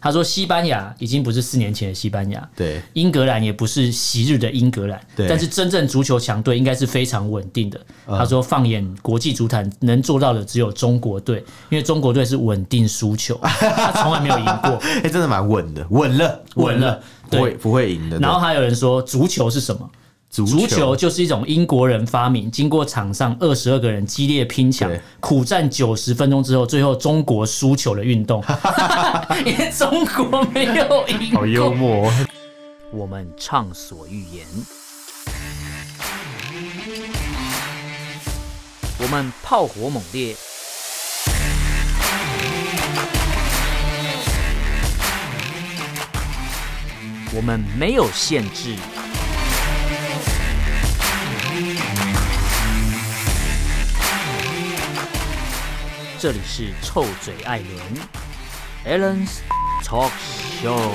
他说，西班牙已经不是四年前的西班牙，对，英格兰也不是昔日的英格兰，对嗯但是真正足球强队应该是非常稳定的。他说，放眼国际足坛，能做到的只有中国队，因为中国队是稳定输 球，他从来没有赢过。哎、真的蛮稳的，稳了，稳了不对会不会赢的。然后还有人说，足球是什么？足足球就是一种英国人发明，经过场上二十二个人激烈拼抢对，苦战九十分钟之后，最后中国输球的运 动， 因为中国没有赢过。默，我们畅所欲言；我们炮火猛烈；我们没有限制。这里是臭嘴艾伦 （Allen's Talk Show）。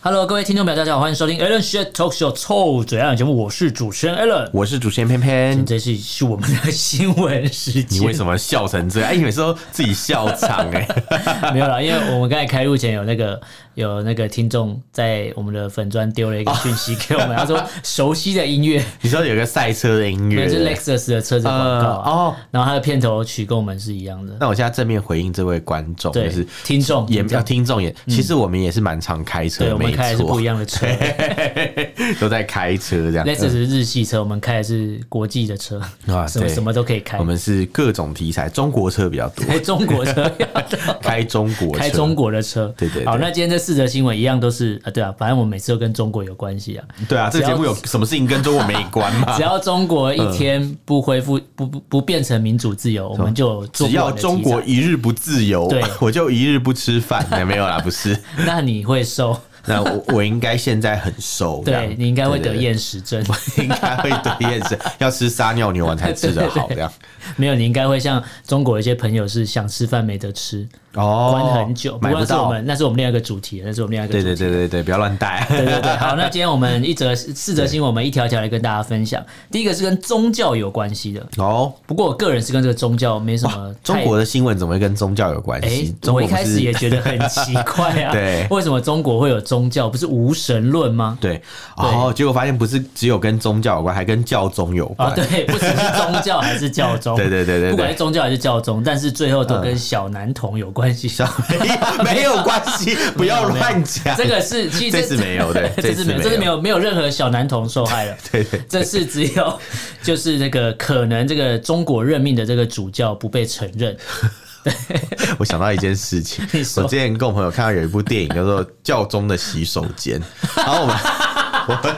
Hello，各位听众朋友，大家好，欢迎收听 Alan Shit Talk Show 臭嘴案节目，我是主持人 Alan。 我是主持人偏偏。这是是我们的新闻时间，你为什么笑成这样？哎、你每次都自己笑场哎、 么没有啦？因为我们刚才开录前有那个有那个听众在我们的粉砖丢了一个讯息给我们，他说熟悉的音 乐，你说有个赛车的音因乐，为是 Lexus 的车子广告、呃啊哦，然后它的片头曲跟我们是一样的，那我现在正面回应这位观众，就对是，听众也听众要嗯听众也，其实我们也是蛮常开车，对我们没开的是错不一样的车 都在开车这 样。，Lexus 是日系车，我们开的是国际的车，啊什么对什么都可以开我。们是各种题材，中国车比较多，开中国 车， 开中国车，开中国的车，对对对好，那今天这四则新闻一样都是啊，对啊，反正我每次都跟中国有关系啊。对啊，这个只节要目有什么事情跟中国没关 嘛只？要中国一天不恢复、不不不变成民主自由，我们就有做嗯只不完要的题材中国，一日不自由对， 我就一日不吃饭。 哎没有啦，不是。那你会瘦，那我我应该现在很瘦， 这样对你应该会得，对厌食症， 对对 应该会得厌食， 要吃撒尿牛丸才吃得好这样。没有，你应该会像中国有些朋友是想吃饭没得吃，哦关很久。买过不那是我到。们那是我们另外一个主题，那是我们另外一个主对题。对对对对，不要乱带。对对对，好，那今天我们一则四则新闻，我们一条一条来跟大家分 享。第一个是跟宗教有关系的，哦，不过我个人是跟这个宗教没什么 中太国的新闻怎么会跟宗教有关哎、系？中我国一不开是始也觉得很奇怪啊， 对为什么中国会有宗教？不是无神论吗？对，哦，结果发现不是只有跟宗教有关，还跟教宗有啊，关。对，不只是宗教还是教宗，对对对嗯对不管对是。宗教还是教宗，但是最后都跟小男童有关系。 没有没有关系，不要乱 讲。这个是其实这次没 有对这次没有，这这次没有次没有没有任何小男童受害了。 对对这次只有就是那个可能这个中国任命的这个主教不被承认， 我想到一件事情， 你我说之前跟我朋友看到有一部电影叫做《教宗的洗手间》，然后我们 我们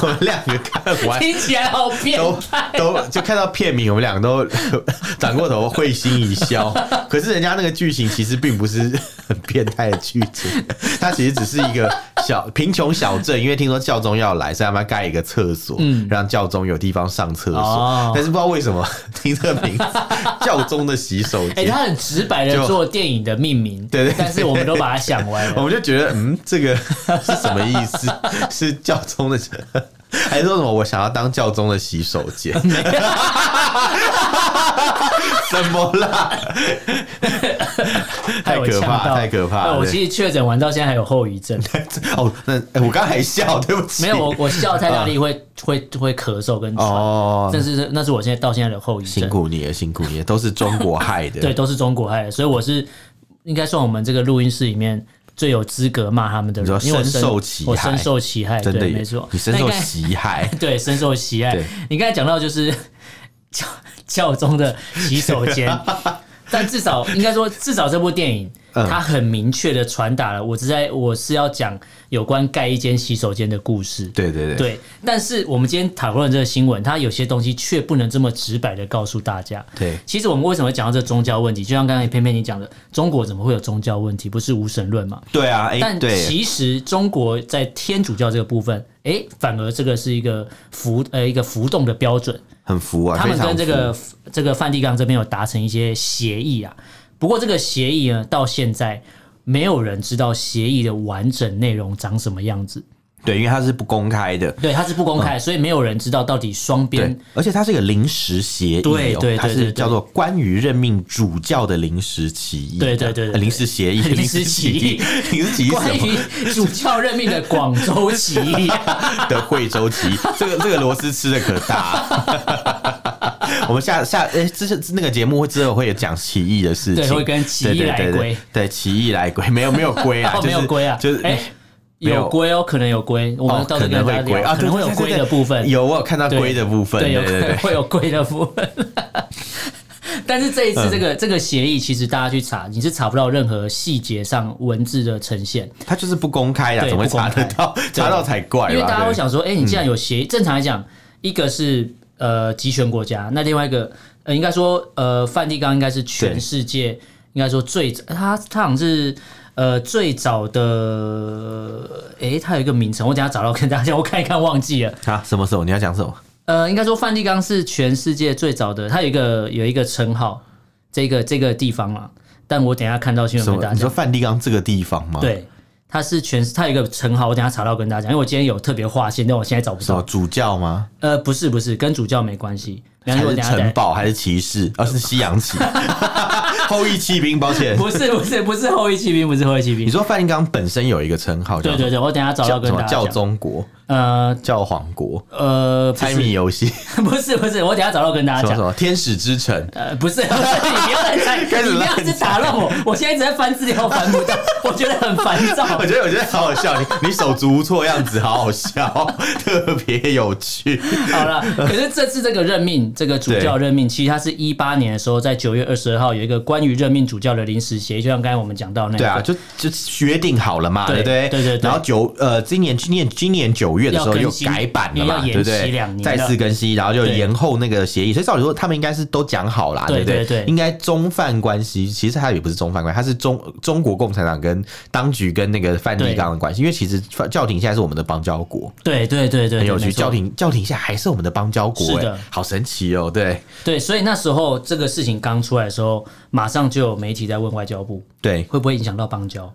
我们两个看 完。听起来好变哎都态。都就看到片名，我们两个都 转过头会心一笑。可是人家那个剧情其实并不是很变态的剧情，它其实只是一个小贫穷小镇，因为听说教宗要来，所以他们要盖一个厕所，让教宗有地方上厕嗯所。哦但是不知道为什么听这个名字， 教宗的洗手哎、间。他很直白的就做电影的命名，对对对但是我们都把它想歪了。 我们就觉得，嗯，这个 是什么意思？ 是教宗的， 还是说什么我想要当教宗的洗手 间？ 什么啦？太可怕，太可怕！哎我对其实确诊完到现在还有后遗症，哦，那哎我刚才还笑，对不起，没有我我笑太大力会、会会咳嗽跟喘，啊哦这，是那是我现在到现在的后遗辛症。苦你了，辛苦你了，都是中国害的。对，，都是中国害的，所以我是应该算我们这个录音室里面最有资格骂他们的你人，说因为我深深受其害我深受其害，真的对，耶没错，你深那受你看其害。 对深受其害对。你刚才讲到就是 教教宗的洗手间。 但至少应该说，至少这部电影，嗯它很明确的传达了，我是在我是要讲有关盖一间洗手间的故事。对对对对，但是我们今天讨论这个新闻，它有些东西却不能这么直白的告诉大家。对其实我们为什么会讲到这宗教问题？就像刚才偏偏你讲的，中国怎么会有宗教问题？不是无神论嘛？对啊！哎，但对，其实中国在天主教这个部分，哎、反而这个是一个浮呃一个浮动的标准。很服啊，他们非常跟这服个这个梵蒂冈这边有达成一些协议啊。不过这个协议呢，到现在没有人知道协议的完整内容长什么样子。对，因为它是不公开的，对，它是不公嗯开，所以没有人知道到底双对边，而且它是一个临时协议哦，对对对它是对对叫做关于任命主教的临时起义，对对对对呃临 时协议，临时起起义义，临时起义是关什么？于主教任命的广州起义，的惠 州起义，这个这个螺丝吃的可大、啊 我们下下诶，之、前那个节目会之后会有讲起义的事情，对会跟起义来对对对归对对起义来归，没 有没有归啊，哦，就是没有龟啊，就是哎，没有有龟哦，可能有龟，我哦们到时候跟可能大家会归聊，啊，可能会对有对对龟对的部分，有我有看到对龟的部分，对，有对对对。 会有贵的部分。但是这一次这嗯个、这个协议，其实大家去查，你是查不到任何细节上文字的呈现，他就是不公开啦，对怎么会查得到？查到才怪吧。因为大家会对嗯想说，哎、你既然有协议，正常来讲，一个是呃集权国家，那另外一个呃应该说呃梵蒂冈应该是对全世界应该说最它它好像是。呃，最早的，诶、它有一个名称，我等一下找到 跟大家，我看一看忘记了。啊，什么时候你要讲什么？呃，应该说梵蒂冈是全世界最早的，它有一个有一个称号，这个这个地方啦。但我等一下看到新闻什跟么？大你家说讲。梵蒂冈这个地方吗？，对，它是全它有一个称号，我等一下查到跟大家讲，因为我今天有特别划线，但我现在找不什么到。主教吗？呃，不是不是，跟主教没关系。然还后我是等一下城再。堡？还是骑士？哦，是西洋旗， 后羿骑兵。抱歉，不是不是不是后裔骑兵，不是后裔骑你兵。说梵蒂冈本身有一个称号，对对对，我等一下找到叫跟什么大家教讲。宗国、呃教皇国？呃，不猜谜是游戏， 不是不是，我等一下找到跟大什家么什讲。么天使之城？呃，不是，不是， 你不要再猜， 开始你不要乱一直打乱我， 我现在一直在翻资料，翻不到， 我觉得很烦躁 我。觉得我觉得好好笑，你你手足无措样子好好笑，特别有趣。好了，可是这次这个任命，这个主教任命，其实它是一八年的时候，在九月二十二号有一个关于任命主教的临时协议，就像刚才我们讲到那个，对啊，就就约定好了嘛，对对不对？对对对然后九呃，今年今年今年九月的时候要又更新改版了嘛，因为要对不延期对两？年再了次更新，然后就对延后那个协议，所以照理说他们应该是都讲好啦，对不对？对对应该中梵关系，其实它也不是中梵关系，它是中中国共产党跟当局跟那个梵蒂冈的关系，因为其实教廷现在是我们的邦交国，对对对对，很有对趣。没错教廷教廷现在还是我们的邦交国，是哎的好神奇哦，对对，所以那时候这个事情刚出来的时候，马上就有媒体在问外交部对，会不会影响到邦交，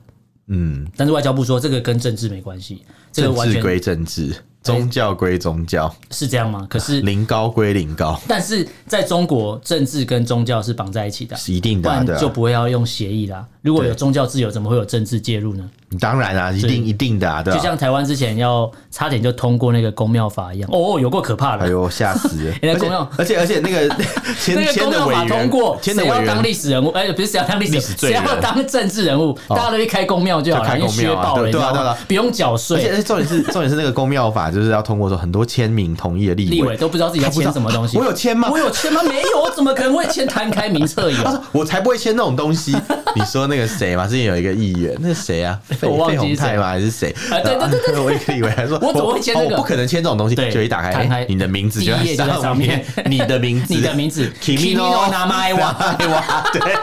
嗯，但是外交部说这个跟政治没关系，这个政完治全归啊政治，宗教归宗教，是这样吗？可是，灵高归灵高，但是在中国，政治跟宗教是绑在一起的。是一定不的啊、然对啊就不会要用协议啦。如果有宗教自由，怎么会有政治介入呢？当然啊，一定一定的啊，对就吧、像台湾之前要差点就通过那个公庙法一样，哦，有过可怕哎的。呦，吓 死了！人家而且公庙而且而且那个 那签个签公的庙委法员通过，签的谁委要当员历史人物？哎，不是谁要当历史历人史物，罪谁人哦要当政治人物？大家都去开公庙就好就开了，因为公庙削啊爆了，对你知道对啊对啊吗对啊？不用缴而且而税，且重点是重点是那个公庙法就是要通过的时候，很多签名同意的立立委都不知道自己在他不知道签什么东西我。有签吗我？有签吗？没有，我怎么可能会签摊开名册有他？ 说我才不会签那种东西。 你说那个谁嘛？之前有一个议员，那个谁 啊？费我忘费记鸿是谁泰吗？还是谁？啊对对对对， 我也以为还说，我怎么会签哦这个我不可能签这种东西。对就一打开，摊开哎你的名字就第一页就在上上面，你的名字， 你的名字 Kimino Kimino Namaiwa 哇， 对，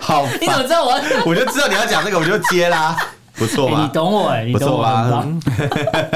好你怎么烦。知道我？哎我就知道你要讲这个，我就接啦， 不错你吧？懂我哎，你不懂错我很吧嗯棒？。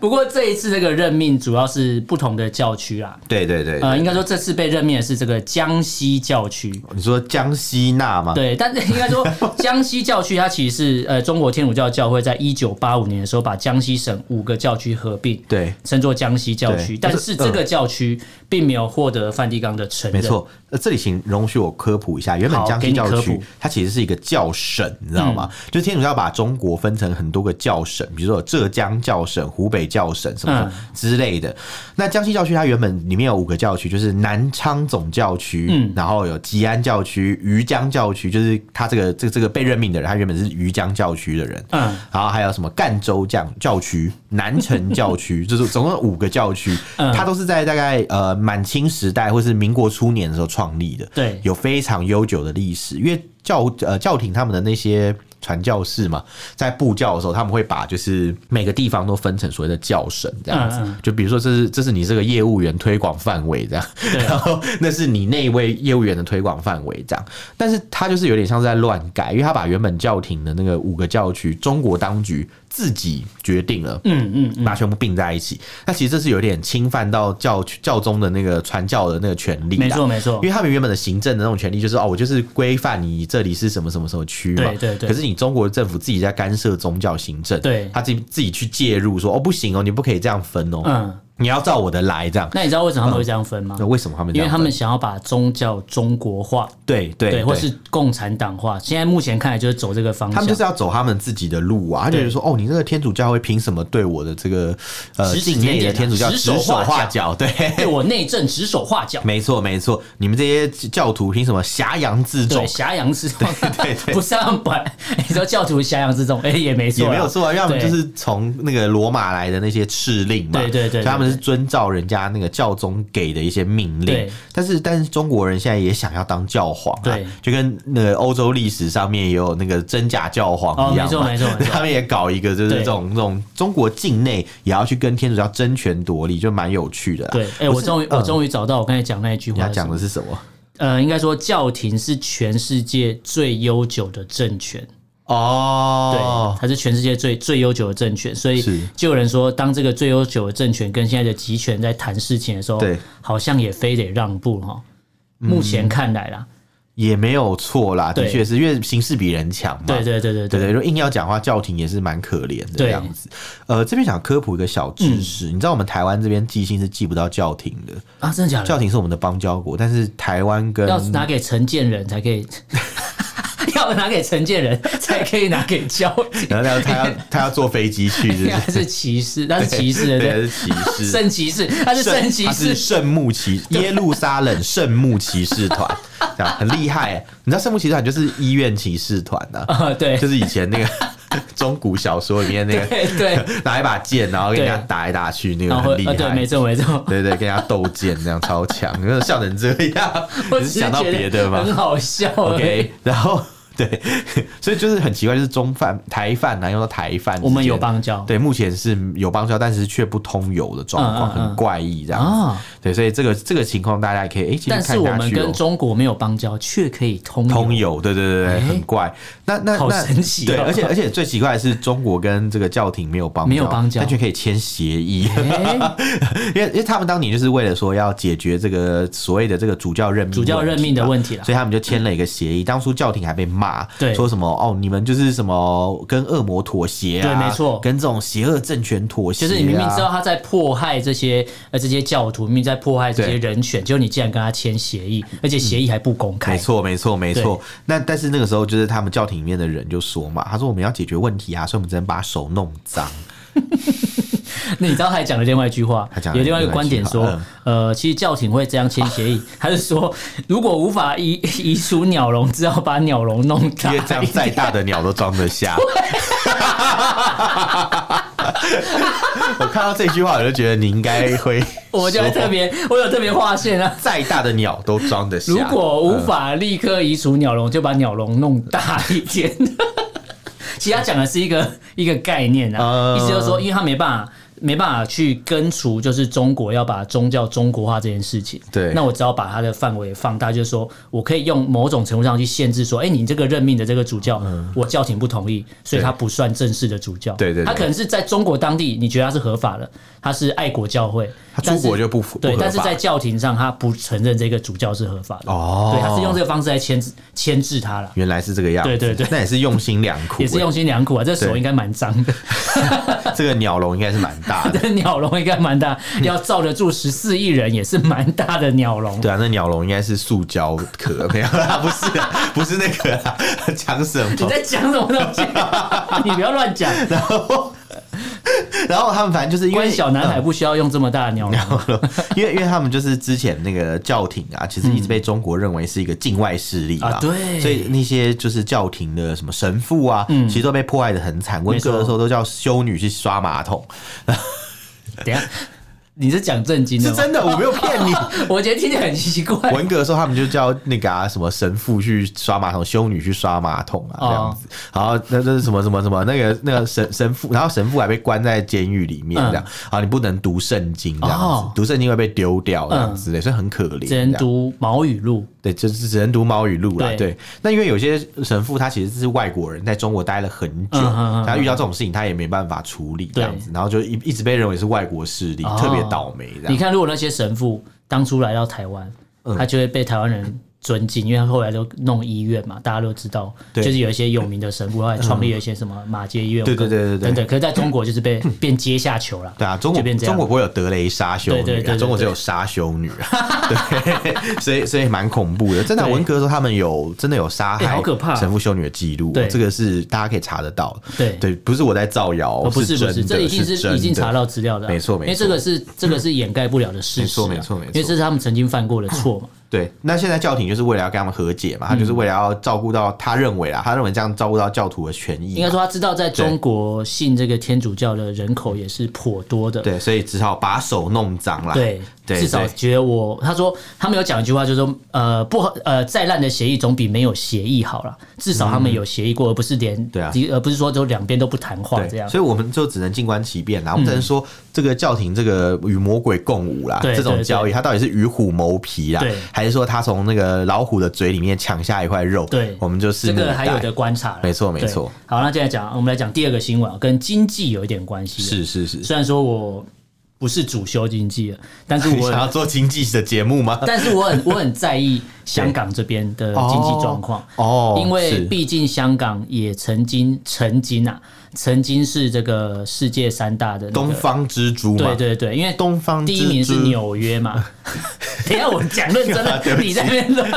不过这一次这个任命主要是不同的教区啦，对对对，呃，应该说这次被任命的是这个江西教区。你说江西娜吗？对，但是应该说江西教区它其实是呃中国天主教教会在一九八五年的时候把江西省五个教区合并，对称作江西教区对。嗯但是这个教区并没有获得梵蒂冈的承没认，错，呃，这里请容许我科普一下，原本好江给西你教科区普它其实是一个教省，你知道吗？就是天主教把中国分成很多个教省，比如说有浙江教省、湖北教省什么什么之类的。那江西教区它原本里面有五个教区，就是南昌总教区，然后有吉安教区、余江教区，就是他这个这这个被任命的人，他原本是余江教区的人，嗯，然后还有什么赣州教教区、南城教 区，就是总共有五个教区，嗯它都是在大概呃满清时代或是民国初年的时候创立的，对有非常悠久的历史。因为教呃教廷他们的那些传教士嘛，在布教的时候，他们会把就是每个地方都分成所谓的教省这样子，嗯嗯就比如说这是这是你这个业务员推广范围这样， 然后那是你那一位业务员的推广范围这样，但是他就是有点像是在乱改，因为他把原本教廷的那个五个教区，中国当局自己决定了，嗯嗯嗯，把它全部并在一起。那其实这是有点侵犯到教区教宗的那个传教的那个权利啦，没错没错因为他们原本的行政的那种权利就是哦，我就是规范你这里是什么什么什么区嘛，对对对可是你情，中国政府自己在干涉宗教行政，对他自己自己去介入说哦不行哦，你不可以这样分哦，嗯，你要照我的来这样。那你知道为什么他们会这样分吗嗯那？为什么他们这因为样他分？们想要把宗教中国化，对对对，或是共产党化。现在目前看来就是走这个方他们就向是。要走他们自己的路啊，他就觉得说，哦，你这个天主教会凭什么对我的这个呃指指境内点的点啊天主教指手手画画脚？对， 对我内政指手画脚，没错没错，你们这些教徒凭什么挟洋自对，重？挟洋自重，对 对不是他们本，你说教徒挟洋自重，哎，也没错也啊，没有错啊，因为他们对就是从那个罗马来的那些敕令嘛，对对对对所以他们是遵照人家那个教宗给的一些命令对。但是但是中国人现在也想要当教皇、啊，对，就跟那个欧洲历史上面也有那个真假教哦皇一样嘛、没错没错没错 他们也搞一个就是对这种这种中国境内也要去跟天主教争权夺利，就蛮有趣的啦。对，哎，我终于我于终于找到我刚才讲那一句嗯你要话，讲的是什么？呃，应该说教廷是全世界最悠久的政权，哦对，，它是全世界最最悠久的政权，所以是就有人说，当这个最悠久的政权跟现在的集权在谈事情的时候对，嗯好像也非得让步哈。目前看来啦，也没有错啦，的对确是因为形势比人强嘛。对对对对对对，对，如果硬要讲的话，教廷也是蛮可怜的这对嗯样子。呃，这边想科普一个小知识，你知道我们台湾这边寄信是寄不到教廷的，啊，真的假教的？廷是我们的邦交国，但是台湾跟要拿给陈建仁才可以， 要拿给陈建仁才可以拿给教廷，然后 呃他要他要坐飞机去，是应不该是？是骑士，那是骑士的 对，对，是骑士。圣骑士，他是圣骑他是士，圣牧骑耶路撒冷圣牧骑士团，这样很厉害、欸你知道圣牧骑士团就是医院骑士团 呐、啊，啊，对就是以前那 个中古小说里面那个对对， 拿一把剑，然后跟人家对打来打去，那个然后很厉会害。啊，对，没错没错。对对，跟人家斗剑这样超强，你说笑成这样，我你只是是想到觉得别的很吗好欸笑而已。 ？OK，然后对，所以就是很奇怪，就是中饭台饭啊，用到台饭之我间，们有邦交，对，目前是有邦交，但是却不通邮的状况，嗯嗯嗯很怪异这样子。啊，对，所以这个这个情况大家也可以哎，诶其实但是看我下们去跟哦。中国没有邦交，却可以通邮通邮，对对对对，诶很怪。那那好那神奇哦对，而且而且最奇怪的是，中国跟这个教廷没有邦没有邦交但却可以签协议。哎， 因为因为他们当年就是为了说要解决这个所谓的这个主教任命主教任命的题问题嘛，啦，所以他们就签了一个协议。当初教廷还被骂，对说什么哦，你们就是什么跟恶魔妥协啊，对没错跟这种邪恶政权妥协、就啊，是你明明知道他在迫害这些呃这些教徒，明明在迫害这些对嗯人权，结果你竟然跟他签协议，而且协议还不公没开，错，没错，没错。那但是那个时候，就是他们教廷里面的人就说嘛，他说我们要解决问题啊，所以我们只能把手弄 脏。那你知道他还讲了另外一句话他，讲了有另外一个观点另外说一句，嗯呃，其实教廷会这样签 协议，他是说如果无法移移除鸟笼，只好把鸟笼弄因大为这样再大的鸟都装得下。 我看到这句话，我就觉得你应该会说， 我就会特别，我有特别划线啊。再大的鸟都装得下。如果无法立刻移除鸟笼，就把鸟笼弄大一点。 其实他讲的是一个 一个概念啊，嗯意思就是说，因为他没办法。没办法去根除，就是中国要把宗教中国化这件事情。对那我只好把它的范围放大，就是说我可以用某种程度上去限制，说，哎、你这个任命的这个主教，我教廷不同意，所以嗯对他不算正式的主教。对对对他可能是在中国当地，你觉得他是合法的，他是爱国教会，他但出是国就不符对，不合但是法在教廷上，他不承认这个主教是合法的。哦对，他是用这个方式来牵制牵制他了，原来是这个样子，对对对那也是用心良苦、也是用心良苦啊。这手对应该蛮脏 的，欸这个鸟笼应该是蛮大 的。这鸟笼应该蛮大，要罩得住十四亿人也是蛮大的鸟笼。对啊，那鸟笼应该是塑胶壳，没有 啦，不是啊， 不是那个啦，讲什你么？在讲什么 东西？你不要乱讲。然后他们反正就是因为关小男孩不需要用这么大的鸟笼。 因为因为他们就是之前那个教廷啊，其实一直被中国认为是一个境外势力嗯啊对嗯所以那些就是教廷的什么神父啊，其实都被迫害的很惨。温哥的时候都叫修女去刷马桶，等一下，你是讲正经的是吗？真的，我没有骗 你。我觉得听起来很奇怪。 文革的时候，他们就叫那个啊什么神父去刷马桶，修女去刷马桶啊，哦这样子。然后那那是什么什么什么那个那个神神父，然后神父还被关在监狱里面这样。啊，你不能读圣经这样子嗯哦，嗯读圣经会被丢掉这样子的，所以很可怜。只这能样。读毛语录，对，就是只能读毛语录啦。对对，那因为有些神父他其实是外国人，在中国待了很久，嗯嗯嗯他遇到这种事情他也没办法处理这对样子，然后就一一直被认为是外国势力，哦特别倒霉这你样。嗯看，如果那些神父当初来到台湾，他就会被台湾人尊敬，因为他后来都弄医院嘛，大家都知道，对就是有一些有名的神父，后来创立了一些什么马街医院，对对对对对等等。可是在中国就是 被变阶下囚了，对啊，中国就变这样中国不会有德雷莎修对对女对啊，对中国只有对莎修女啊， 对，所以所以蛮恐怖的。真的啊，对文革的时候他们有真的有杀哎害好可怕啊神父修女的记录，对这个是大家可以查得到的。对对，不是我在造哦谣，不是不真是，的，这已经是真的已经查到资料的啊，没错没因错为这个 是这个是掩盖不了的事实啊，没错没错没错嗯因为这是他们曾经犯过的错嘛，对，那现在教廷就是为了要跟他们和解嘛，他嗯就是为了要照顾到他认为啦，啊他认为这样照顾到教徒的权益嘛。啊应该说他知道在中国信这个天主教的人口也是颇多的，对，所以只好把手弄脏啦。对，对至少对觉得我他说他们有讲一句话，就是说呃不合呃再烂的协议总比没有协议好了，至少他们有协议过，而不是连对啊而不是说就两边都不谈话对，这样。嗯所以我们就只能静观其变啦。我们只能说，这个教廷这个与魔鬼共舞啦，对这种对交易，它到底是与虎谋皮啦对，还是说他从那个老虎的嘴里面抢下一块肉？对我们就这拭目以个还有待的。观察啦，没错对没错。好，那现在讲，我们来讲第二个新闻啊，跟经济有一点关系。，啊是是是， 虽然说我不是主修经济的，但是 你我想要做经济的节目吗？ 但是我很我很在意香港这边的经济状况。哦，因为是毕竟香港也曾经曾经啊，曾经是这个世界三大的那个东方之珠嘛对，对对，因为东方第一名是之珠纽约 嘛。等一下我讲认真啊的 对，不起你在那边乱，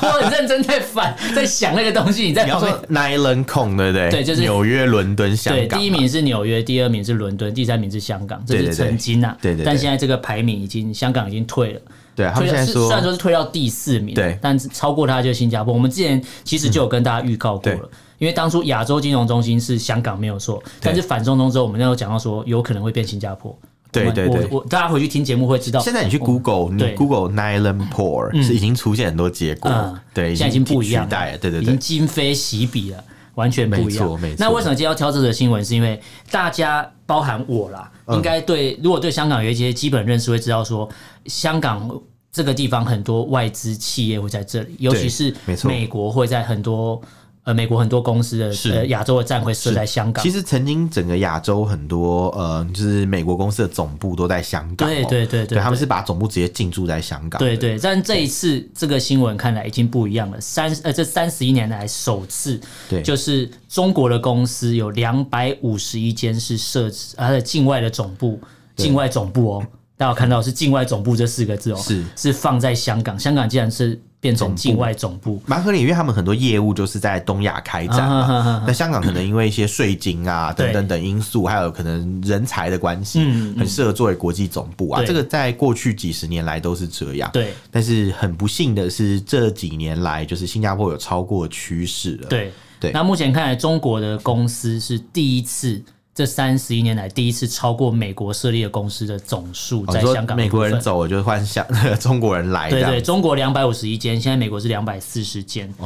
我很认真在反在想那个东西，你在你要旁说边。 Nylon 控对不对？对就是纽约、伦敦、香对，港。第一，名是纽约，第二名是伦敦，第三名是香港，这对是对对曾经啊。对对对但现在这个排名已经，香港已经退了。对他推们现在是虽然说说是推到第四名，对但是超过它就是新加坡。我们之前其实就有跟大家预告过对了。因为当初亚洲金融中心是香港没有错，但是反送中之后，我们那时候讲到说有可能会变新加坡。对我们对对我我大家回去听节目会知道。现在你去 Google，你哦对 Google Nylon Poor 是已经出现很多结果嗯，，对，现在已经不一样取了代了，对对已对经，今非昔比了，完全不一没错样没错。那为什么今天要挑这则新闻？是因为大家包含我啦，嗯应该对如果对香港有一些基本认识，会知道说香港。这个地方很多外资企业会在这里，尤其是没错美国会在很多呃美国很多公司的是呃亚洲的站会设在香港其。实曾经整个亚洲很多呃，就是美国公司的总部都在香港哦，对对对对对，对他们是把总部直接进驻在香港，对，对，但这一次这个新闻看来已经不一样了。三呃，这三十一年来首次，对就是中国的公司有两百五十一间是设置它的境外的总部，境外总部哦，大家有看到是境外总部这四个字哦，是是放在香港，香港竟然是变总成部境外总部，蛮合理，因为他们很多业务就是在东亚开展啊哈哈嘛 哈。那香港可能因为一些税金啊等对等等因素，还有可能人才的关系，嗯很适合作为国际总部啊。对这个在过去几十年来都是这样。对但是很不幸的是，这几年来就是新加坡有超过趋势了。对对那目前看来，中国的公司是第一次。这三十一年来，第一次超过美国设立的公司的总数，哦，你在说香港的美部国人分走了就换香 中国人来这对样对，。中国两百五十一间，现在美国是两百四十间。那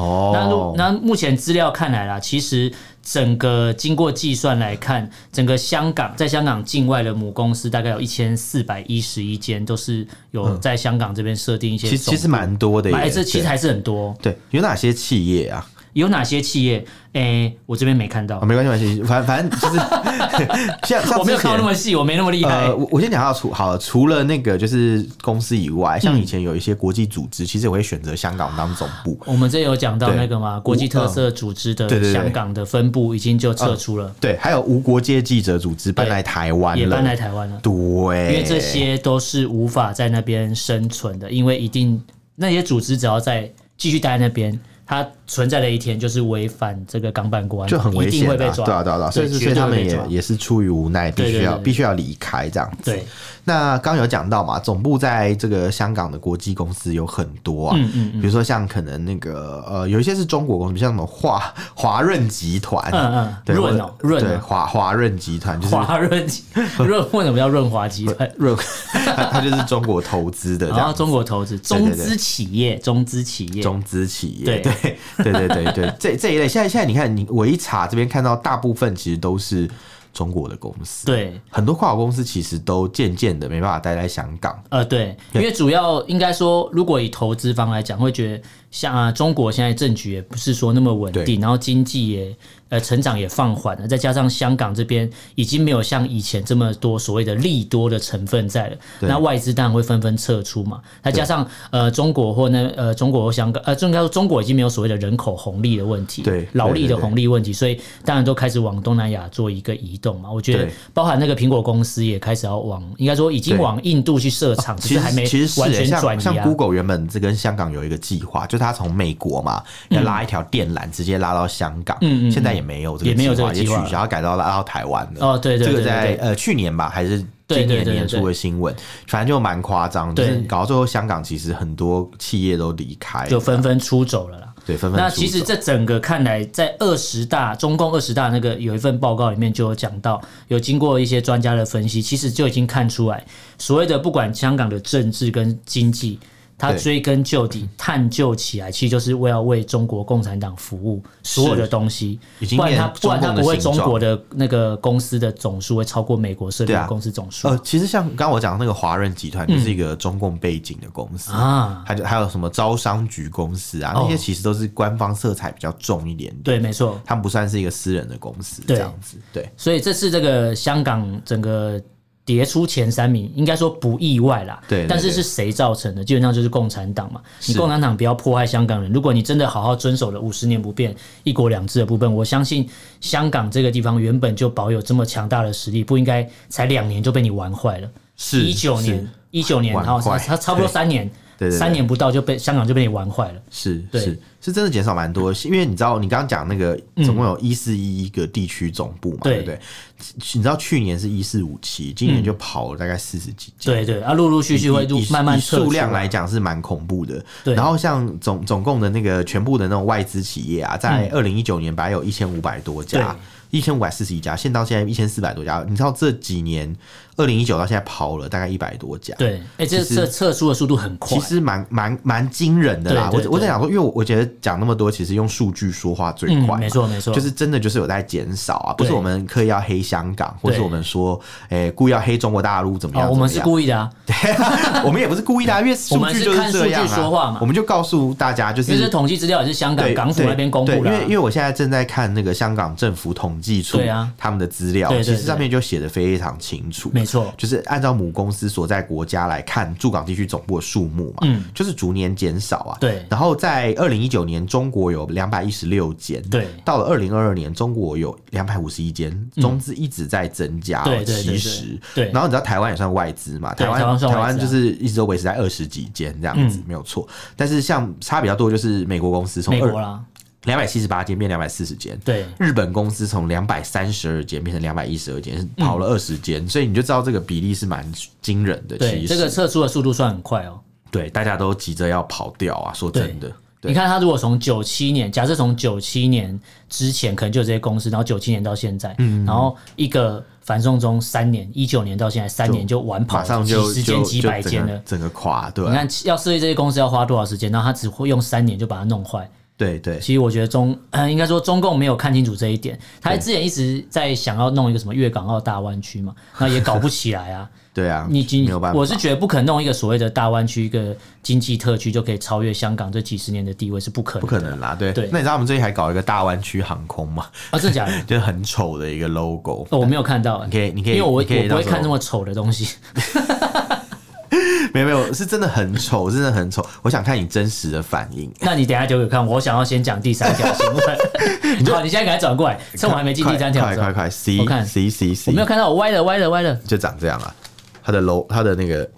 如哦，那目前资料看来啦，其实整个经过计算来看，整个香港在香港境外的母公司大概有一千四百一十一间，都是有在香港这边设定一些其实总其实蛮多的耶。哎，这其实还是很多。对对有哪些企业啊？有哪些企业？哎，我这边没看到啊，，没关系，没关系，反反正就是 像像我没有之看前到那么细，我没那么厉害呃，。我我先讲到除好了，除了那个就是公司以嗯外，像以前有一些国际组织，其实也会选择香港当总部。我们这有讲到对嗯那个嘛，国际特色组织对对的对香港的分部已经就撤出了，对，还有无国界记者组织搬对来台湾也了，搬来台湾了。对，因哎为这些都是无法在那边生存的，因为一定那些组织只要在继续待在那边，它存在的一天就是违反这个港版国安法，就很危一险定啊，会对被啊，抓，对啊，对啊，所以对所以绝对他们会被也抓也是出于无奈，必对须对要对对必须要离开这样子。对那刚刚有讲到嘛，总部在这个香港的国际公司有很多啊，嗯比如说像可能那个呃，有一些是中国公司，像什么华华润集团，嗯嗯对，润我哦润对哦华华润集团就是华润润为什么叫润滑 集团？润，它它就是中国投资的这然后样。中国投资对中对资企业，中资企业，中资企业，对对对对对对，这这一类，现在现在你看，你我一查这边看到，大部分其实都是中国的公司，对，很多跨国公司其实都渐渐的没办法待在香港。呃，对，因为主要应该说，如果以投资方来讲，会觉得像、啊、中国现在政局也不是说那么稳对定，然后经济也呃成长也放缓了，再加上香港这边已经没有像以前这么多所谓的利多的成分在了，那外资当然会纷纷撤出嘛。再加上呃中国或呢呃中国或香港呃，应该说中国已经没有所谓的人口红利的问题，对劳力对对的对红利问题，所以当然都开始往东南亚做一个移动嘛。我觉得对包含那个苹果公司也开始要往，应该说已经对往印度去设厂，只其是实还没其实是完欸全转像移像啊。 Google 原本这跟香港有一个计划，就是它从美国嘛要拉一条电缆直接拉到香港，嗯嗯嗯现在也没有这个也没有这个也计划取消，改到拉到台湾了。哦对对这个对对在对呃去年吧还是。对今对年对对年初的新闻，反正就蛮夸张，就对是搞到最后，香港其实很多企业都离开了，就纷纷出走了啦。对纷纷出走。那其实这整个看来，在二十大中共二十大那个有一份报告里面就有讲到，有经过一些专家的分析，其实就已经看出来，所谓的不管香港的政治跟经济，它对追根究底探究起来，其实就是为要为中国共产党服务所有的东西，已经不然它变不然它中共的不会形中状国的那个公司的总数会超过美国设立对的啊公司总数呃，其实像刚刚我讲的那个华润集团，嗯就是一个中共背景的公司，啊。还有还有什么招商局公司啊，哦那些其实都是官方色彩比较重一点点。对，没错。他们不算是一个私人的公司对这样子。对，所以这次这个香港整个跌出前三名，应该说不意外啦。对对但是是谁造成的？基本上就是共产党嘛。你是共产党不要迫害香港人。如果你真的好好遵守了五十年不变、一国两制的部分，我相信香港这个地方原本就保有这么强大的实力，不应该才两年就被你玩坏了。是一九年，一九年，玩然后坏差差不多对三年，对对对三年不到就被香港就被你玩坏了。是对嗯是是真的减少蛮多，因为你知道你刚刚讲那个总共有一四一一个地区总部嘛，对嗯对不对？你知道去年是一四五七，今年就跑了大概四十几家。对对，啊，陆陆续续会以入以慢慢以撤出啊数量来讲是蛮恐怖的。对然后像总总共的那个全部的那种外资企业啊，在嗯二零一九年本来有一千五百多家，一千五百四十一家，现到现在一千四百多家。你知道这几年二零一九到现在跑了大概一百多家，对，哎、这其实这撤出的速度很快其。实蛮蛮蛮惊人的啦。对对我我在对想说，因为我我觉得讲那么多，其实用数据说话最快嘛、嗯，没错没错，就是真的就是有在减少啊，不是对我们刻意要黑香港，或是对我们说，诶、故意要黑中国大陆怎么样哦，我怎么们是样故意的啊， 我们也不是故意的、啊，因为数我们据是就是看这样数据说话啊嘛。我们就告诉大家，就因为这是统计资料也是香港对港府那边公布对的啊、因为因为我现在正在看那个香港政府统计处对啊他们的资料对，对其对实上面就写的非常清楚。啊没错就是按照母公司所在国家来看，驻港地区总部的数目嘛，嗯就是逐年减少啊。对然后在二零一九年，中国有两百一十六间，对到了二零二二年，中国有两百五十一间，中资一直在增加哦、嗯对对对其对实，对然后你知道台湾也算外资嘛，对台湾台湾算外资啊嗯就是一直都维持在二十几间这样子，没有错。但是像差比较多就是美国公司从美国二啦，两百七十八间变两百四十间，对日本公司从两百三十二间变成两百一十二间，是嗯跑了二十间，所以你就知道这个比例是蛮惊人的。对，其实这个撤出的速度算很快哦。对大家都急着要跑掉啊，说真的，你对看，他如果从九七年，假设从九七年之前可能就有这些公司，然后九七年到现在，嗯然后一个反送中三年，一九年到现在三年就完跑马上几就十就间、几百就间整了个。整个垮，对你看，要设立这些公司要花多少时间？然后他只会用三年就把它弄坏。对对其实我觉得中， 应该说中共没有看清楚这一点。他之前一直在想要弄一个什么粤港澳大湾区嘛，那也搞不起来 啊。对啊，你经没有办法，我是觉得不可能弄一个所谓的大湾区一个经济特区就可以超越香港这几十年的地位是不可能不的，可能啦，对。对那你知道我们最近还搞一个大湾区航空嘛？啊！真的假的？ 就是很丑的一个 logo。哦我没有看到、你可以，你可以，因为我我你可以不到会时候看这么丑的东西。 没有没有，是真的很丑，真的很丑。我想看你真实的反应。那你等一下就给我看，我想要先讲第三条新 闻。好，你现在赶快转过来，趁我还没进第三条快的时候快，快，C 我看 C C 我 C，没有看到，我歪了歪了歪了，就长这样啊。它的 logo，它的 那个，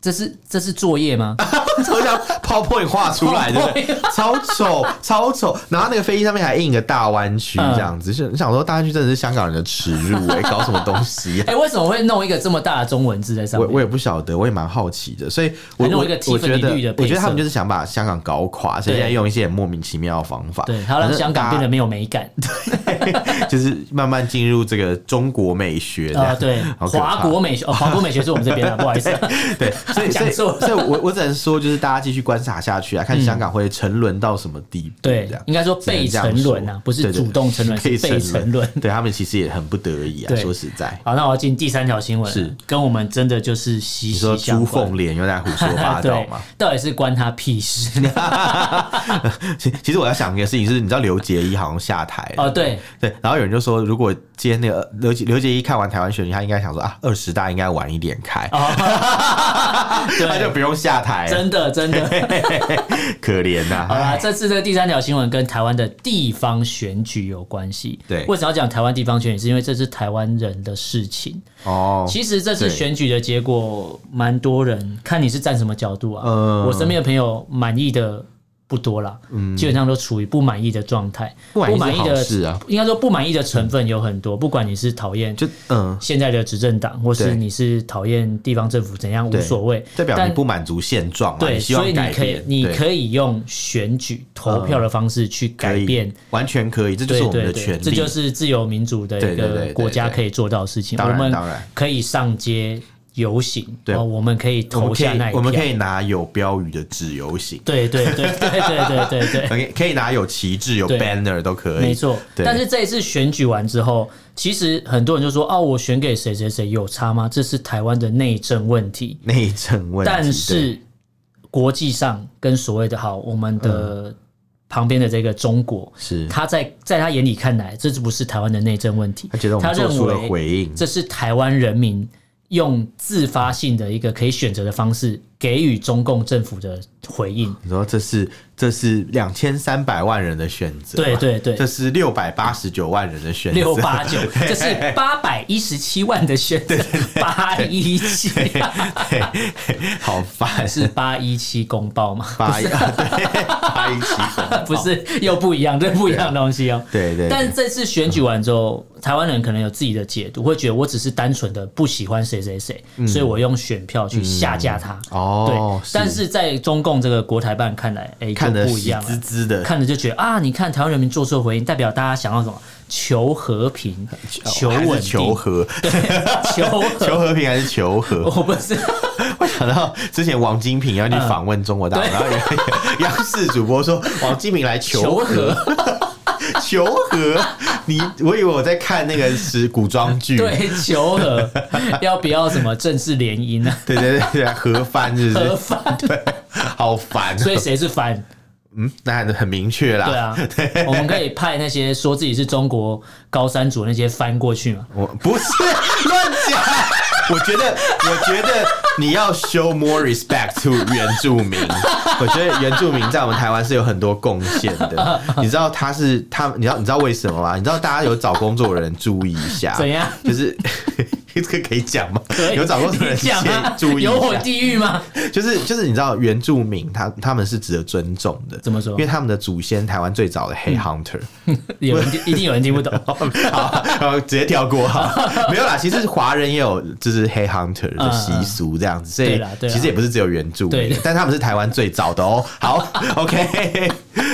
这是这是作业 吗？超像 PowerPoint 画出来的 PowerPoint，超丑，超丑。然后那个飞机上面还印一个大湾区嗯这样子，就想说大湾区真的是香港人的耻辱哎，搞什么东西啊？哎、为什么会弄一个这么大的中文字在上我面？我也不晓得，我也蛮好奇的，所以我还弄我一个我觉 Tiffany 得绿的配色我觉得他们就是想把香港搞垮，所以对现在用一些很莫名其妙的方法，对，它让香港变得没有美感得 就是慢慢进入这个中国美学这啊、样对，好可怕 华国美学哦，华国美学是我们这边的，不好意思、 对，所以所以讲错所以我我只能说，就是就是大家继续观察下 去啊，看香港会沉沦到什么地步。对这样，应该说被沉沦啊，不对是对对主动沉沦，是被沉沦。对他们其实也很不得已啊。对说实在，好，那我要进第三条新闻了，是跟我们真的就是息你说息相朱关。凤莲又在胡说八道对 嘛？，到底是关他屁 事？其其实我要想一个事情是，你知道刘杰一好像下台了哦，对，对，然后有人就说，如果今天那个刘杰刘杰一看完台湾选举，他应该想说啊，二十大应该晚一点开， 他就哦 对，不用下台了，真的真 的。可怜呐、好啦，唉这次这个第三条新闻跟台湾的地方选举有关系。对为什么要讲台湾地方选举？是因为这是台湾人的事情。哦，其实这次对选举的结果，蛮多人看你是站什么角度啊。嗯我身边的朋友满意的不多啦，基本上都处于不满意的状态。不满意是好的事啊应该说不满意的成分有很多，不管你是讨厌就嗯，现在的执政党，或是对你是讨厌地方政府怎样无对所谓，代表但你不满足现状嘛，对，你希所望以你改可以变，，你对嗯可以用选举投票的方式去可改以变，完全可以，这就对是我们对的对，权利，这就是自由民主的一对对对个对国家对可以做到的事情。当我然们当然可以上街游行，对哦我们可以我们投可下以那一票，我们可以拿有标语的纸游行对对对对对对对对。 ，OK，可以拿有旗帜、有对 banner 都 可以，没错，对但是这一次选举完之后，其实很多人就说：“哦，我选给谁谁谁有差吗？”这是台湾的内政问题。内政问题，但对是国际上跟所谓的好，我们的旁边的这个中国，是他在在他眼里看来，这不是台湾的内政问题，他觉得我们做认出了为回应，这是台湾人民用自发性的一个可以选择的方式给予中共政府的回应。你说这是这是两千三百万人的选择嘛，对对对这是六百八十九万人的选择，六八九， 这是八百一十七万的选择，八一七好烦，是八一七公报吗？八一啊对八一七 公不是，又不一样，这不一样的东西哦。对对对但这次选举完之后，台湾人可能有自己的解读，会觉得我只是单纯的不喜欢谁谁谁，所以我用选票去下架他。嗯哦对，，但是在中共这个国台办看来，哎、看就得不一喜样滋了。滋的，看着就觉得啊，你看台湾人民做出的回应，代表大家想要什么？求和平、求哦还是稳定、 求和，求和 求和平还是求和？ 我不嗯是，我想到之前王金平要去访问中国大陆，然后 有央视主播说王金平来求和，求和，你我以为我在看那个是古装 剧，对，求 和，要不要什么正式联姻呢、对对对对，和番是不 和是？反，对，好烦哦。所以谁是反？嗯，那还是很明确啦。对，啊， 我们可以派那些说自己是中国高山族那些翻过去 嘛。我不是乱讲。我觉得，我觉得你要 show more respect to 原住民。我觉得原住民在我们台湾是有很多贡献的。你知道他是他，你知道你知道为什么吗？你知道大家有找工作的人注意一下，怎样？就是这个可以讲吗可？以有找工作的人你讲啊先，注意一有我下，地狱 吗？就是就是你知道原住民他他们是值得尊重的，怎么说嗯因为他们的祖先台湾最早的黑 hunter， 有人一定有人听不懂。好，呃直接跳过哈，没有啦。其实华人也有就是黑 hunter 的习俗这样子，嗯所对以啦对啦其实也不是只有原住对民，但他们是台湾最早的哦。 好，OK，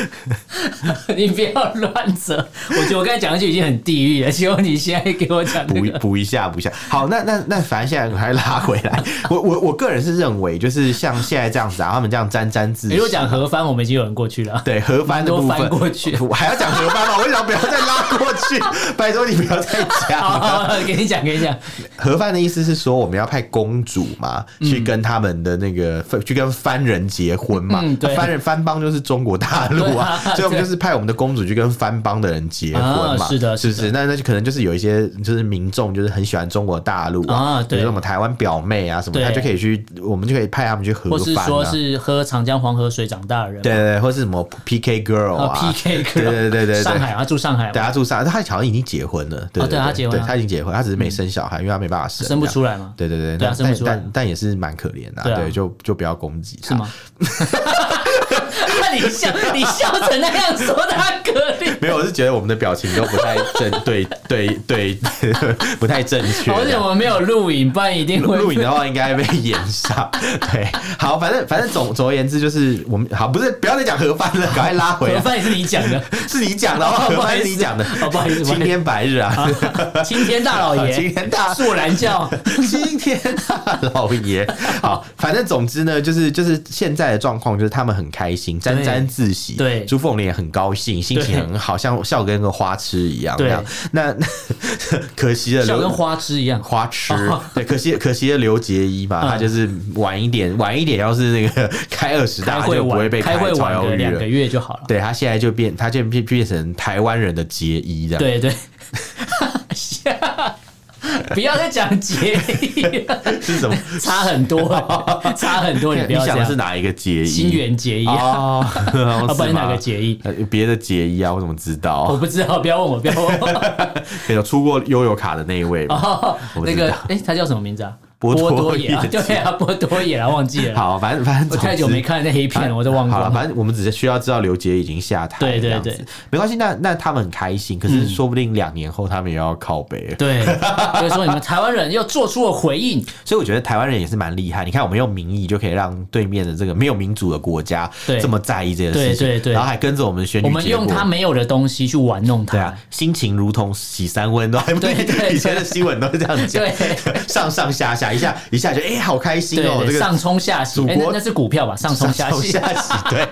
你不要乱扯，我觉得我刚才讲那句已经很地狱了，希望你现在给我讲补那一个。补一下，补一下。好，那那那反正现在还拉回来，我我我个人是认为，就是像现在这样子啊，他们这样沾沾自你喜如果。讲何番，我们已经有人过去了。对河蛮翻的多部分翻过去。 我还要讲河翻吗？我为什么不要再拉过去？ 拜托你不要再讲好，了。好好给你讲，给你讲，盒饭的意思是说，我们要派公主嘛，嗯去跟他们的那个去跟番人结婚嘛。嗯对番人番邦就是中国大陆啊，对啊所以我们就是派我们的公主去跟番邦的人结婚嘛。啊是的是不是是？那那就可能就是有一些就是民众就是很喜欢中国大陆啊比对如说我们台湾表妹啊什么，对她就可以去，我们就可以派他们去盒或是饭说啊。是喝长江黄河水长大的人，对对对，或是什么 PK girl 啊啊，PK 对对对对对，上海啊，住上海嘛对，他住上海，他好像已经结婚了，对哦对对，他结婚了嗯对他已经结婚，他只是没生小孩，因为他没办法生，生不出来。来嘛，对对对，对啊那生不出来但但但也是蛮可怜的啊，对啊 对，就就不要攻击他，是吗？看啊你笑，你笑成那样，说他可怜。 没有，我是觉得我们的表情都不太正，对对对， 不太正确。而且我们没有录影，不然一定会录影的话应该被演上。对，好，反正反正总总而言之就是我们好，不是不要再讲盒饭了，赶快拉回盒来。饭也是你讲的，是你讲的哦，哦不盒好意饭思是你讲的，哦不好意 思不好意思青天白日啊， 青天大老爷，青天大素兰教， 今天大老爷，好，反正总之呢，就是就是现在的状况，就是他们很开心，沾沾自喜。对朱凤莲也很高兴，心情很好，像笑跟个花痴一样。对这样，那 可惜了，笑刘跟花枝一样。花痴， 对，可惜可惜了刘杰一嘛，嗯他就是晚一点，晚一点，要是那个开二十开大会就不会晚，被开会炒晚鱿个鱼两了个。月就好了。对他现在就变，他就变变成台湾人的杰一这样。对对， 不要再讲结义了， 是什么？差很 多，差很多，你不你要这想的是样。哪一个杰一？新垣结衣，啊，哦， 不是然哪吗个结义？呃别的结衣啊，我怎么知我 道？不知道，不要问我，不要问 我。有出过悠游卡的那一位嘛？哦我不那知个道，哎，他叫什么名字啊？波多野啊，野结衣对啊，波多野啊，忘记了。好，反正反正我太久总之没看那黑片了，我都忘好了，光了。反正我们只是需要知道刘杰已经下台，对对这样子对，没关系。那那他们很开心，可是说不定两年后他们也要靠北了，对，就是说你们台湾人又做出了回应，所以我觉得台湾人也是蛮厉害。你看，我们用民意就可以让对面的这个没有民主的国家对这么在意这件事情，对对对然后还跟着我们选举我们结果用他没有的东西去玩弄对他啊。，心情如同洗三温暖。对对对以前的新闻都是这样讲，对 上上下下一下一下就哎、好开心对哦、这对，个上冲下洗，哎，那国那是股票吧？上冲下上洗，下洗，对，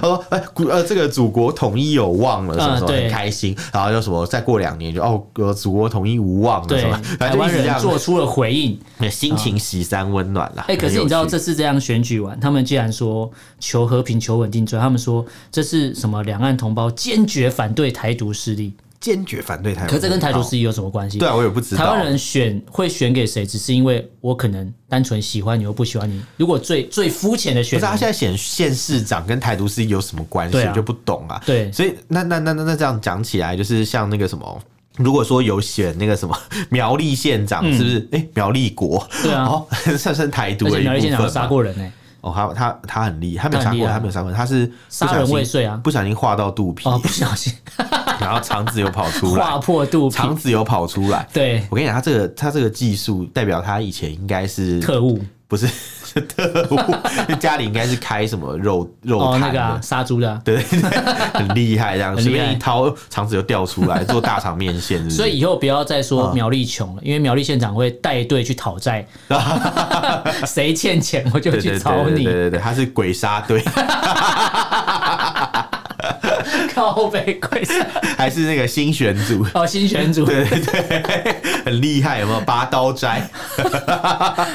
哦，呃，古呃，这个祖国统一有望了，什么嗯什么对很开心，然后就什么再过两年就哦，呃，祖国统一无望了，对什么，，反台正就一湾直这人样做出了回应。对心情洗三温暖啦。哎、可是你知道很有趣这次这样选举完，他们竟然说求和平、求稳定之外，他们说这是什么两岸同胞坚决反对台独势力，坚决反对台湾，可这跟台独势力有什么关系？对啊，我也不知道，台湾人选会选给谁，只是因为我可能单纯喜欢你，又不喜欢你。如果最最肤浅的不选是民，他现在选县市长跟台独是有什么关系，对啊我就不懂啊。对所以那那那那那这样讲起来，就是像那个什么。如果说有选那个什么 苗栗县长，是不是？哎、苗栗国，嗯对啊哦， 算算台独而的且一部苗栗县分长杀嘛。过人哎、哦，他他他很厉害，他没有他杀很厉过，害他没有杀过，他是不杀小人心未遂啊不小心划到肚皮，哦，不小 心然后肠子有跑出划来，破肚皮，肠子有跑出来。 对，我跟你讲，他这个他这个技术代表他以前应该是特务不是特务， 家里应该是开什么肉肉哦，那摊个的，啊，杀猪的啊、对， 对对很厉害，这样很厉随害便一掏，肠子就掉出来，做大肠面线是不是，所以以后不要再说嗯苗栗穷了，因为苗栗县长会带队去讨 债，谁欠钱我就对去对对找对对你，对对，他是鬼杀队，靠背跪下。还是那个新选组？ 哦，新选组。对对对，很厉害，有没有拔刀斋？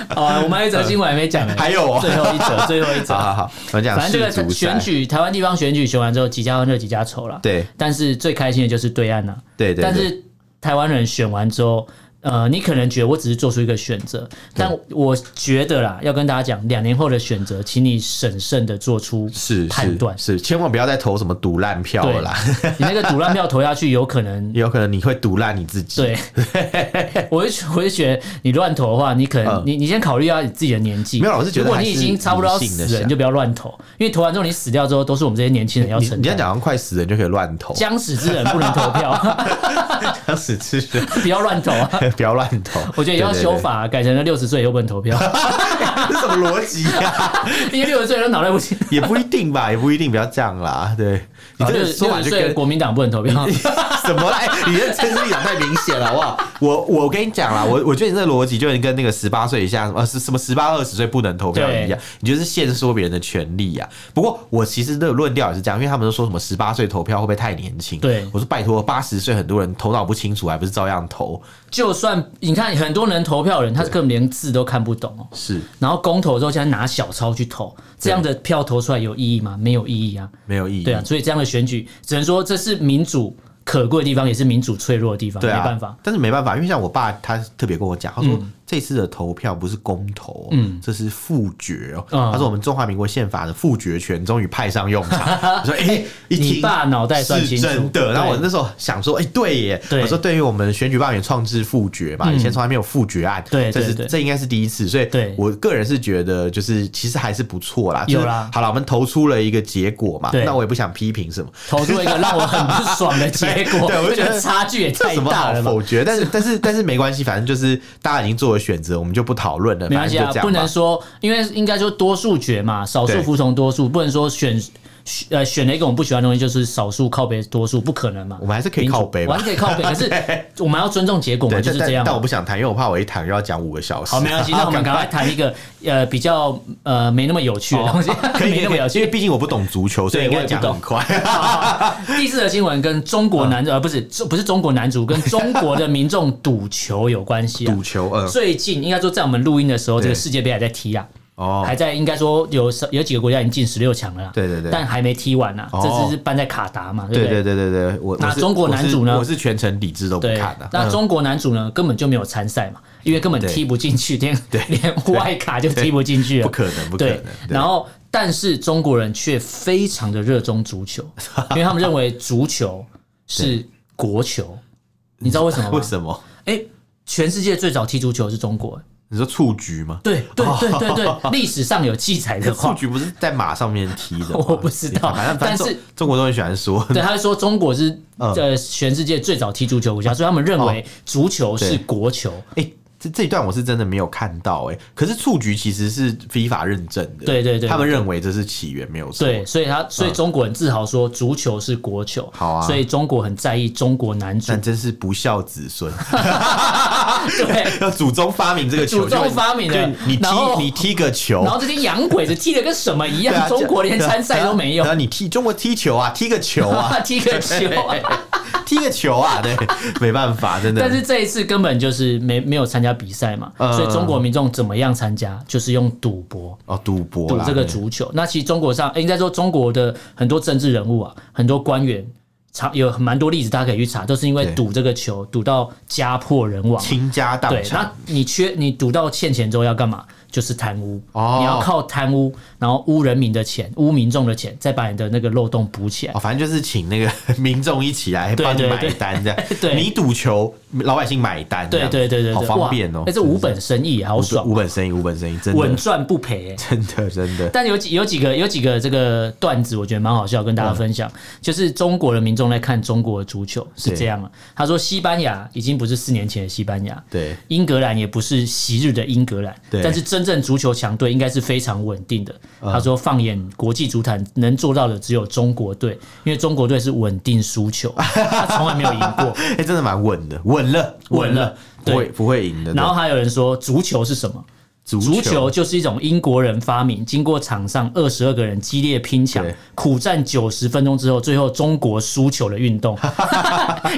好啊，我们还有一则新闻还没讲 呢，还有哦，最后一 则，最后一好则。好好，我们讲反正世这足个选啊赛，举，台湾地方选举选完之后，几家欢乐几家愁了。对但是最开心的就是对岸呐、啊。对对，但对是台湾人选完之后，呃，你可能觉得我只是做出一个选择，但我觉得啦，要跟大家讲，两年后的选择，请你审慎的做出是判断。是是，千万不要再投什么赌烂票了啦，你那个赌烂票投下去，有可能 有可能你会赌烂你自己。 对，我就我就觉得你乱投的话，你可能、嗯你你先考虑一下你自己的年纪。没有我是觉得如果还你已是经差不多要理性地死了，想你就不要乱投，因为投完之后你死掉之后，都是我们这些年轻人要哎你承你这样担。讲，好像快死人就可以乱投，将死之人不能投票， 想死之人不要乱投啊！不要乱投。 我觉得也要对对对修法，改成了六十岁以后不能投票， 这什么逻辑呀？ 因为六十岁人脑袋不清。也不一定吧，也不一定，不要这样啦。对你啊这 六个十说六法十就岁的跟国民党不能投 票，什么啦？哎你这真是立场太明显了，好不好？我我跟你讲啦，我我觉得你这个逻辑就跟那个十八岁以下，呃，是什么十八二十岁不能投票一样，你就是限缩别人的权利呀、啊。不过我其实这个论调也是这样，因为他们都说什么十八岁投票会不会太年轻？对我说拜托，八十岁很多人头脑不清楚，还不是照样投？就算你看很多人投票的人，他根本连字都看不懂哦。是然后公投之后，现在拿小钞去投，这样的票投出来有意义吗？没有意义啊。没有意义。对啊，所以这样的选举，只能说这是民主可贵的地方，也是民主脆弱的地方，对啊，没办法。，但是没办法，因为像我爸，他特别跟我讲，他说、这次的投票不是公投，哦嗯这是复决哦。嗯他说我们中华民国宪法的复决权终于派上用 场。我说哎、一你听爸脑袋算是清楚，真的。然后我对那时候想说，哎、对耶，对嗯我说对于我们选举罢免创制复决嘛，以前从来没有复决案，对这是对对这应该是第一次，所以对我个人是觉得就是其实还是不错啦，就有是啦好了，我们投出了一个结果嘛，对那我也不想批评什么。投出一个让我很不爽的结 对果，对我就这觉得个差距也这太什么大好了吧。否决？ 但是但是但是没关系，反正就是大家已经做了选择，我们就不讨论了，没反关正系就啊这，样不能吧。说，因为应该说多数决嘛，少数对服从多数，不能说选选呃选了一个我们不喜欢的东西就是少数靠背多数，不可能嘛。我们还是可以民主靠北吧我还是可以靠背，可 是我们要尊重结果嘛，对，就是但这但样但我嘛。不想谈，因为我怕我一谈又要讲五个小时。好，没关 系，那我们赶快谈一个呃比较呃没那么有趣的 东西，哦可以没那么有因 趣为。毕竟我不懂足球，所以对应我该也不讲懂很快。 第四则新闻跟中国男嗯呃不是中不是中国男足跟中国的民众赌球有关系啊 赌。球，嗯，最近应该说在我们录音的时候，这个对世界杯还在踢啊。哦，还在应该说有十有几个国家已经进十六强了啦，对对对但还没踢完呢、哦这次是办在卡达嘛，对对不对对对对，我那我是中国男主呢我是我是全程理智都不对看的、啊。那嗯中国男主呢，根本就没有参赛嘛，因为根本对踢不进去，连 连外卡就踢不进去了，不可能，不可对能。，然后但是中国人却非常的热衷足 球，因为他们认为足球是国球，你知道为什么吗？ 为什么？哎、全世界最早踢足球是中国、哎你说蹴鞠吗？对对对对 对，历史上有记载的话蹴，鞠不是在马上面踢的吗， 我不知道反正反但正是中中国都很喜欢说，对，他就说中国是嗯啊哦呃全世界最早踢足球国家，所以他们认为足球是对国球。哎、这这一段我是真的没有看到哎、可是蹴鞠其实是 FIFA 认证的，对对对他们认为这是起源没有错，对，所以他所以嗯中国人自豪说足球是国球，好啊所以中国很在意中国男足但，真是不孝子孙， 对，要祖宗发明这个球，祖宗发明的就你踢然后你踢个球然，后这些洋鬼子踢的跟什么一 对样，啊中国连对啊参赛都没有对啊，，你踢中国踢球啊，踢个球啊， 踢个球啊。踢个球啊，对，没办法，真 的。但是这一次根本就是没没有参加比赛嘛，嗯所以中国民众怎么样参加，就是用赌博。哦，赌博赌啦这个足球。那其实中国上，诶应该说中国的很多政治人物啊，很多官员，查有蛮多例子，大家可以去查，都是因为对赌这个球赌到家破人亡。倾家荡对，产那。你缺你赌到欠钱之后要干嘛？就是贪污，哦你要靠贪污，然后污人民的钱，污民众的钱，再把你的那个漏洞补起来哦，。反正就是请那个 民众一起来对帮你对买对单，这样对你赌球，老百姓买单，对这样对对对对，好方便哦哇。那这五本生意好爽无，本生意，无本生意，真稳的，赚不赔、欸。真的，真的，但有几有几个有几个这个段子，我觉得蛮好笑，跟大家分嗯享。就是中国的民众在看中国的足球是这样啊，他说西班牙已经不是四年前的西班牙，对，英格兰也不是昔日的英格兰，对嗯但是真正足球强队应该是非常稳定的。他说，放眼国际足坛，能做到的只有中国队，因为中国队是稳定输球，他从来没有赢 过。哎，真的蛮稳的，稳了，稳了不对会不会赢的。然后还有人说，足球是什么？对足足球就是一种英国人发明，经过场上二十二个人激烈拼抢对，苦战九十分钟之后，最后中国输球的运 动，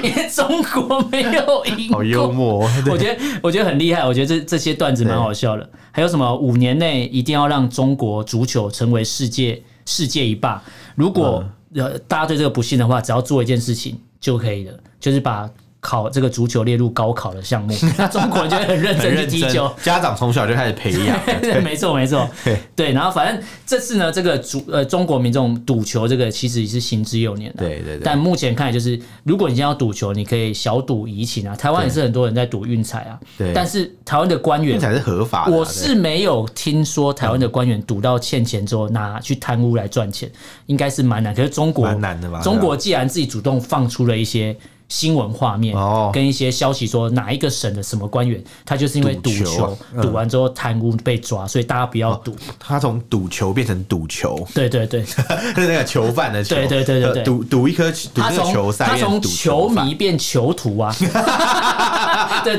因为中国没有赢过。好幽 默哦，我觉得我觉得很厉害，我觉得这这些段子蛮好笑的。还有什么五年内一定要让中国足球成为世界世界一霸？如嗯果、呃大家对这个不信的话，只要做一件事情就可以了，就是把。考这个足球列入高考的项 目，那中国人就会很认很真去认踢真球，，家长从小就开始培养了， 对，没错没错对，对，然后反正这次呢，这个主呃中国民众赌球这个其实也是行之有年的、对对对但目前看来就是，如果你今天要赌球，你可以小赌怡情啊。台湾也是很多人在赌运彩啊，对但是台湾的官员这。才是合法的啊。我对是没有听说台湾的官员赌到欠钱之后拿去贪污来赚钱，应该是蛮难。可是中国蛮难的吧啊中国既然自己主动放出了一些新闻画面，哦跟一些消息说哪一个省的什么官员，他就是因为赌赌球哦球啊赌完之后贪污被抓，所以大家不要赌。他从赌球变成赌球，对对对，那个囚犯的球，对对对对对呃赌赌一颗 赌他那个球从赛他变成从赌球球犯，迷变囚徒 啊，对对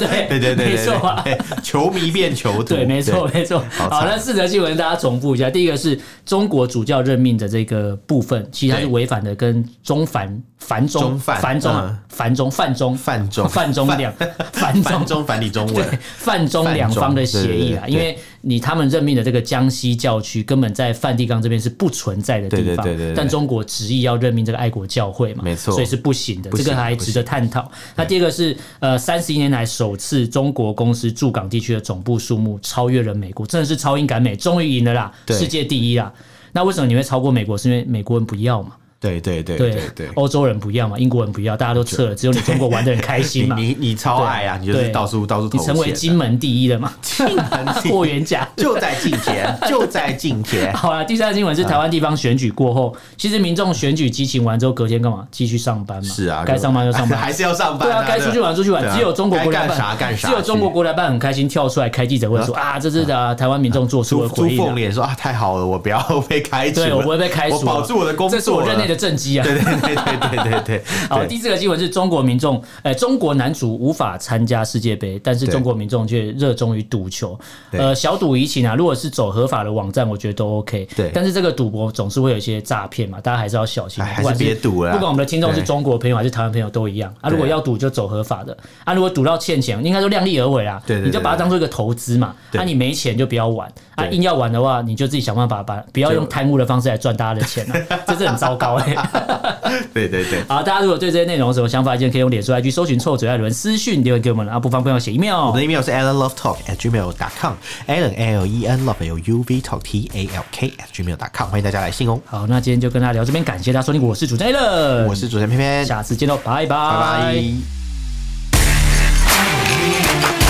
对对对对，没错啊。对，球迷变球徒，对，没错，没错。好好，惨那四则新闻大家重复一下。第一个是中国主教任命的这个部分，其实它是对违反的跟中反反中中反反中嗯反中泛中泛中泛中两反反中中反李中对文，泛中两方的协议啦泛。中对对对因为你他们任命的这个江西教区根本在梵蒂冈这边是不存在的地方，对对对对对但中国执意要任命这个爱国教会嘛，没错所以是不行的，不行这个还值得探讨。那第二个是呃，三十一年来首次中国公司驻港地区的总部数目超越了美国，真的是超英赶美，终于赢了啦，对世界第一啦。那为什么你会超过美国？是因为美国人不要嘛？对对对对哦对对，欧洲人不要嘛，英国人不要，大家都撤了，只有你中国玩的很开心 你嘛。你你超爱啊，你啊就是对到处到处你投成为钱金门第一了嘛？啊 霍元甲。 就在近田，就在近田。好了，第三个新闻嗯是台湾地方选举过后，其实民众选举激情完之后，隔天干嘛？继续上班嘛。是啊，该上班就上班。还是要 上班。对啊，该出去玩出去对玩，啊只有中国国台该干啥办干啥只有中国国台办很开心跳出来开记者会说啊，这是的台湾民众做出朱的朱回应凤啊。莲说啊，太好了，我不要被开除了，对，我不会被开除了，啊我保住我的工作，这是我任内的。政绩啊。对对对对对对对。好，对第四个新闻是中国民众，呃，中国男足无法参加世界杯，但是对中国民众却热衷于赌球。对呃，小赌怡情啊，如果是走合法的网站，我觉得都 OK。对但是这个赌博总是会有一些诈骗嘛，大家还是要小心啊。哎不管还是别赌了啦不管我们的听众是对中国朋友还是台湾朋友都一样啊。如果要赌就走合法的啊，如果赌到欠钱，应该说量力而为啊。对对对你就把它当做一个投资嘛。对啊，你没钱就不要玩啊，对硬要玩的话，你就自己想办法把，不要就用贪污的方式来赚大家的钱啊， 这是很糟糕哎、对对对，好，大家如果对这些内容有什么想法，意见，可以用脸书 IG 搜寻“臭嘴艾伦”私讯留言给我们，啊，不方便要写 email 我们。的 email 是 alan love talk at gmail dot com，alan l e n love l u v talk t a l k at gmail dot com，欢迎大家来信哦。好，那今天就跟大家聊这边，感谢大家收听，我是主持人艾伦，我是主持人偏偏，下次见喽，拜拜拜拜。